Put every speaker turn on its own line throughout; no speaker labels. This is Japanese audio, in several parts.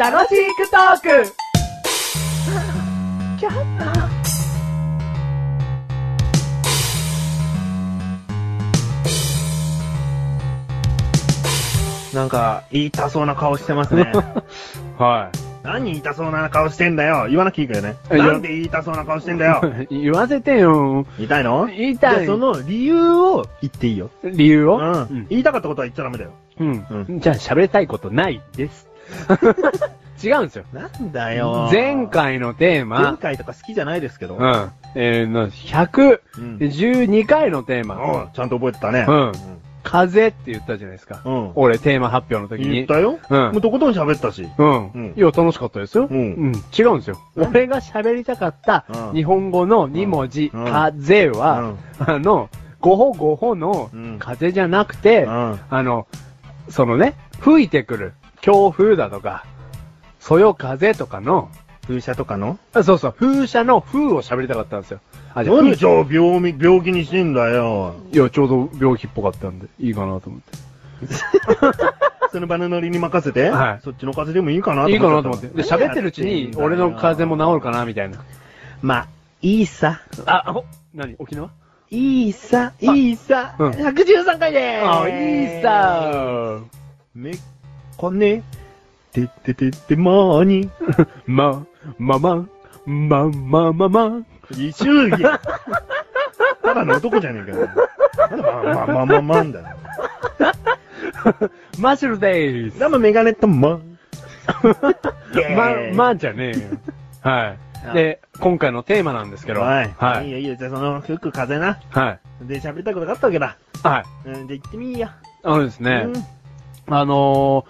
楽しくトーク
なんか、言いたそうな顔してます ね。
は
何言いたそうな顔してんだよ。言わなきゃいいからね。
え言わ
なんで言いたそうな顔してんだよ。
い。言わせてよ。
言いたいの
言いたい
じゃあその理由を言っていいよ。
理由を
う
うんん。。
言いたかったことは言っちゃダメだよ。
うん
う
じゃあ喋りたいことない です。違うんですよ。
なんだよ。
前。回のテー
前
マ、
回とか好きじゃないですけど。
うん。えーの、112回のテー
おう
マ、
ちゃんと覚えてたね。
うん風って言ったじゃないですか。
うん。うん。
俺、テーマ発表の時
言っ
に。
たよ。
うん
もうとことん喋ったし。
うん。
うん
いや、楽しかったですよ。
うん
違うんですよ。俺が喋りたかった
うん
日本語の2文字、
うん
風
う
は
ん、
あの、ごほごほの
うん
風じゃなくて、
うん。
あの、そのね、吹いてくる強風だとか、そよ風とかの、
風車とかの
あそうそう、風車の風を喋りたかったんですよ。あ、じゃあ、
何
風
じゃあ病み、病気にしてんだよ。
いや、ちょうど病気っぽかったんで、いいかなと思って。
その場のノリに任せて、
はい
そっちの風でもいいかなと思っ
い
て。
いかなと思って。で、喋ってるうちに、俺の風邪も治るかな、みたいな。
まあ、いいさ。
あ、お、何沖縄
いいさ、いいさ。
うん
113回でー
あ、いい。さ
めっこね、てっててってまーに。
ま、まま、ま、ま、ま、ま。
異臭儀。 ただの男じゃねえかよ。まあまあまあまあまあんだよ。
マッシュルでーす。
どうもメガネと ま。
ま、
あ
まじゃねえよ。 はい。で、今回のテーマなんですけど。
はい。
はい
い
い。
よいいよ。じゃあその、吹く風な。
はい。
で、喋りたいことがあったわけだ。
はい。
うん、じゃあ行ってみーや。
あのですね
うん、。
あのー、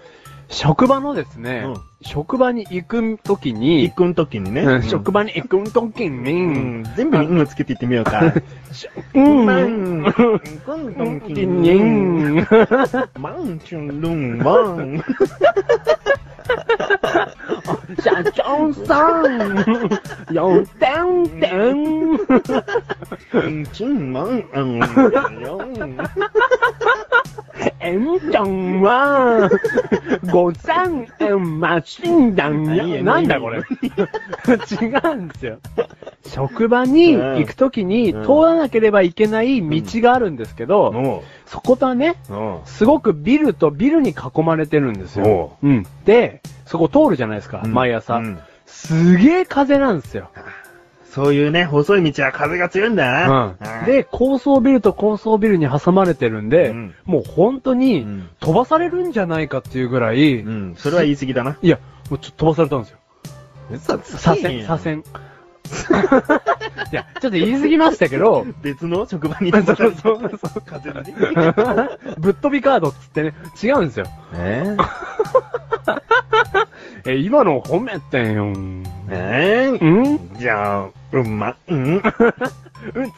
職場のですね
うん、職
職場に行くときに
行、くん時にね。
うん職
場。
場に行くとき
う
に、
ん。全部にうんをつけていってみようか。
う、
うんま
うん、
ん。行くん時に。
うん、
マンチュンルンワン。
社長さん、よてんてん。
チュンマン。うん。
エムちゃんは、ござんえんマシンだん
いいよ
や。なんだこれ。
い
違うんですよ。職場に行くときに
うん
通らなければいけない道があるんですけど、
おう
そことはね、
おう
すごくビルとビルに囲まれてるんですよ
お。
うん。で、そこ通るじゃないですか、
うん
毎朝。
うん
すげえ風なんですよ。
そういうね、細い道は風が強いんだな。ああ、
で、高層ビルと高層ビルに挟まれてるんで、
うん
もう本当に
うん
飛ばされるんじゃないかっていうぐらい、
うん。それは言い過ぎだな。
いや、もうちょっと飛ばされたんです
左
よ。左遷、左。遷。 いや、ちょっと言い過ぎましたけど、
別の職場に
そうそうそうそう。
風で。
ぶっ飛びカードっつってね、違うんですよ。
え
え、今の褒めてんよ。
えええ
うんうん
じゃあ、うんま、うん。
つっ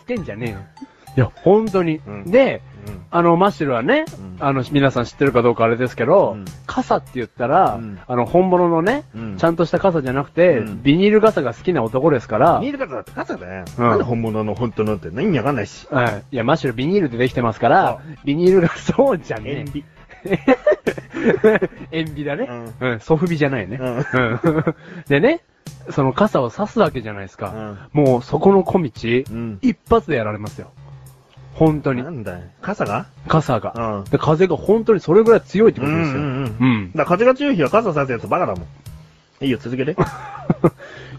てんじゃねえよ。 いや、本当に。
うん
で、あの、マッシュルはね、
うん
あの、皆さん知ってるかどうかあれですけど、
うん
傘って言ったら、
うん
あの、本物のね、
うん
ちゃんとした傘じゃなくて、
うん
ビニール傘が好きな男ですから、
見える方だって傘だよ。
うん
なんで本物の本当のって意味わかんないし。
はい。いや、マッシュルビニールでできてますから、ビニールがそうじゃね
塩 ビ。
え。塩ビだね。
う
うん、ソフビじゃないね。
うん
うん。 でね、その傘を差すわけじゃないですか。もうそこの小道、
うん。
一発でやられますよ。本当に
な。んだよ。傘が
傘
う
が
ん。
で、風が本当にそれぐらい強いって
う
ことですよ。
ん。
う
うんん。だ。から風が強い日は傘さすやつバカだもん。いいよ、続けて。
い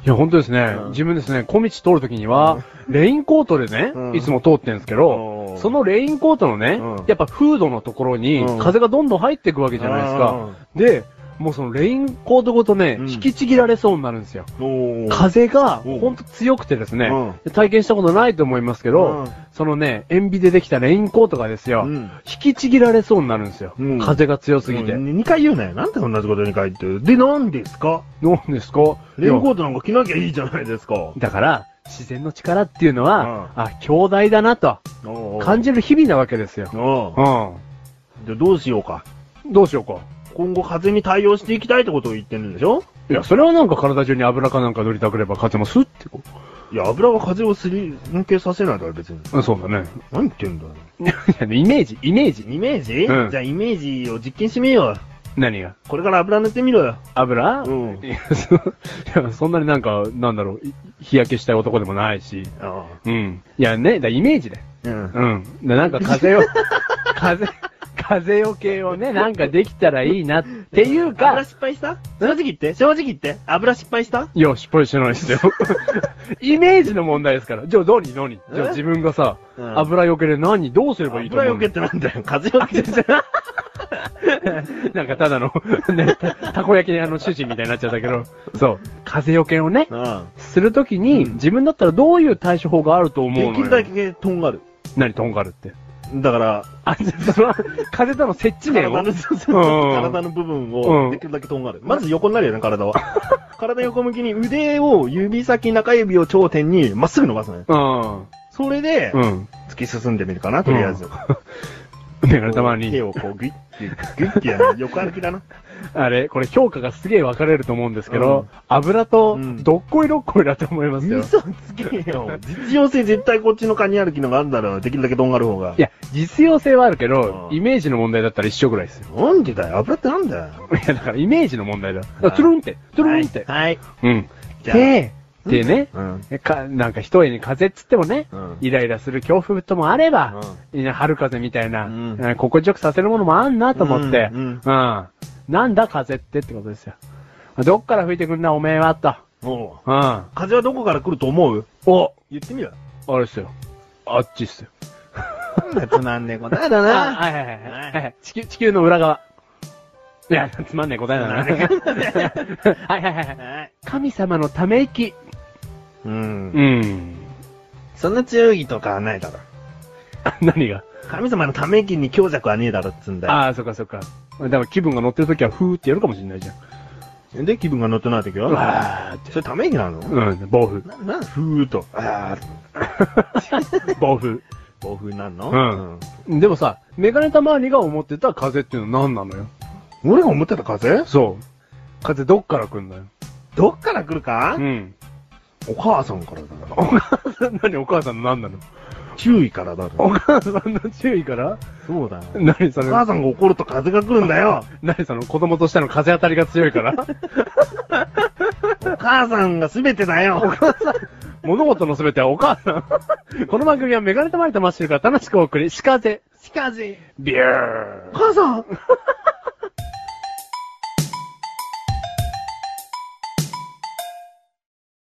や、本当ですね
う。ん
自分ですね、小道通るときには、レインコートでね
う、ん
いつも通ってんですけ
う
ど
ん、
そのレインコートのね
うん、
やっぱフードのところに
うん
風がどんどん入っていくわけじゃないですか。で、もうそのレインコートごとね、
うん
引きちぎられそうになるんですよ。
おー。
風が
うん
ほんと強くてですね
うん、
で体験したことないと思いますけ
う
ど
ん、
そのね、塩ビでできたレインコートがですよ
うん、
引きちぎられそうになるんですよ
うん。
風が強すぎて。
2回言うなよ。なんで同じこと2回言って。で、なんですか
どうですか
レインコートなんか着なきゃいいじゃないですか。
だから、自然の力っていうのは、あ、強大だなと感
じ
じる日々なわけですよ。
おー
う
じゃあどうしようか。
ん。どうしようか。
今後風に対応していきたいってことを言ってるんでしょ
いや、それはなんか体中に油かなんか塗りたくれば風もスッてこ
いや、油は風をすり抜けさせないから別に。
う。うん、そうだ ね。
何言ってんだよ。
いやイメージ、イメージ。
イメージ、
うん
じゃあイメージを実験してみよう。
何が
これから油塗ってみろよ。
油
うん
いやそいや、 そんなになんか、なんだろう、い日焼けしたい男でもないし。
あ
うん。いやね、だイメージだよ。
あ。うん。
うん。でなんか風よ、風、風よけをね、なんかできたらいいなっていう
油
か、
失敗した正直言って正直言って油失敗した
いや、失敗してないですよ。 イメージの問題ですから。じゃあ何何じゃあ
え
自分がさ、
うん
油よけで何どうすればいいと
油
思う
よけってなんだよ。風よけじゃん。
なんかただの、ね、たたこ焼きであの主人みたいになっちゃったけど、そう、風よけをね、
うん。
するときに、
うん
自分だったらどういう対処法があると思う
で
の
き
よ。
るだけとんがる。
何とんがるって。
だから、
あ、じゃあその、 風との接地面
体
を
の、そうそう
うん
体の部分
うん
をできるだけとんがる。まず横になるよね、体は。体横向きに腕を指先中指を頂点にまっすぐ伸ばすのよ。
うん。
それで、
うん。
突き進んでみるかな、とりあえず。
メガネたまに
手。をこうグイッて、グイッてやる。横歩きだな。
あれ、これ評価がすげえ分かれると思うんですけど、油と
うん
どっこいどっこいだと思いますよ。
嘘つけよ。実用性絶対こっちのカニ歩きのがあるだろう。できるだけとんがる方が。
いや、実用性はあるけど、
うん
イメージの問題だったら一緒ぐらいですよ。
なんでだよ。油ってなんだよ。
いや、だからイメージの問題だ。だから
はい
トゥルンって、トゥルンって。
はい。
うん。
じゃあ
で、でね、
うん。
か、なんか一重に風っつってもね、
うん
イライラする強風ともあれば、いや春風みたいな、
うん
えー心地よくさせるものもあんなと思って、
うんうん
うんなんだ風ってってことですよ。どっから吹いてくんな、おめえは、と。
おう
うん。
風はどこから来ると思う
お、
言ってみろ。
あれっすよ。あっちっすよ。
つまんねえ答えだ
あ、。はいはいはいはいはい。地球、地球の裏側。いや、つまんねえ答えだな。 はいはいはいはい。
はい。
神様のため息。
うん。
うん。
そんな強いとかはないだろ。
あ何が
神様のため息に強弱はねえだろっつんだよ。
ああ、そっかそっか。だから気分が乗ってる時は、ふーってやるかもしれないじゃん。
で、気分が乗ってない時
う
は
わーって
そ。れため息なの
うん、暴 風。
な、な、ふーと。ああ、
暴風。
暴風になるの
うん。でもさ、メガネたまわりが思ってた風っていうのは何なのよ。
うん俺が思ってた風
そう。風どっから来んだよ。
どっから来るか
うん。
お母さんからだ
お
ろ。
母さん、何お母さんの何なの
注意からだろ。
お母さんの注意から
そうだよ。
何そ
お
れ
母さんが怒ると風が来るんだよ。
何その子供としての風当たりが強いから
お母さんが全てだよ。
物事の全てはお母さん。この番組はメガネたまりとマッシュルから楽しくお送り、しかぜ。
近づい。
ビュー
お母さん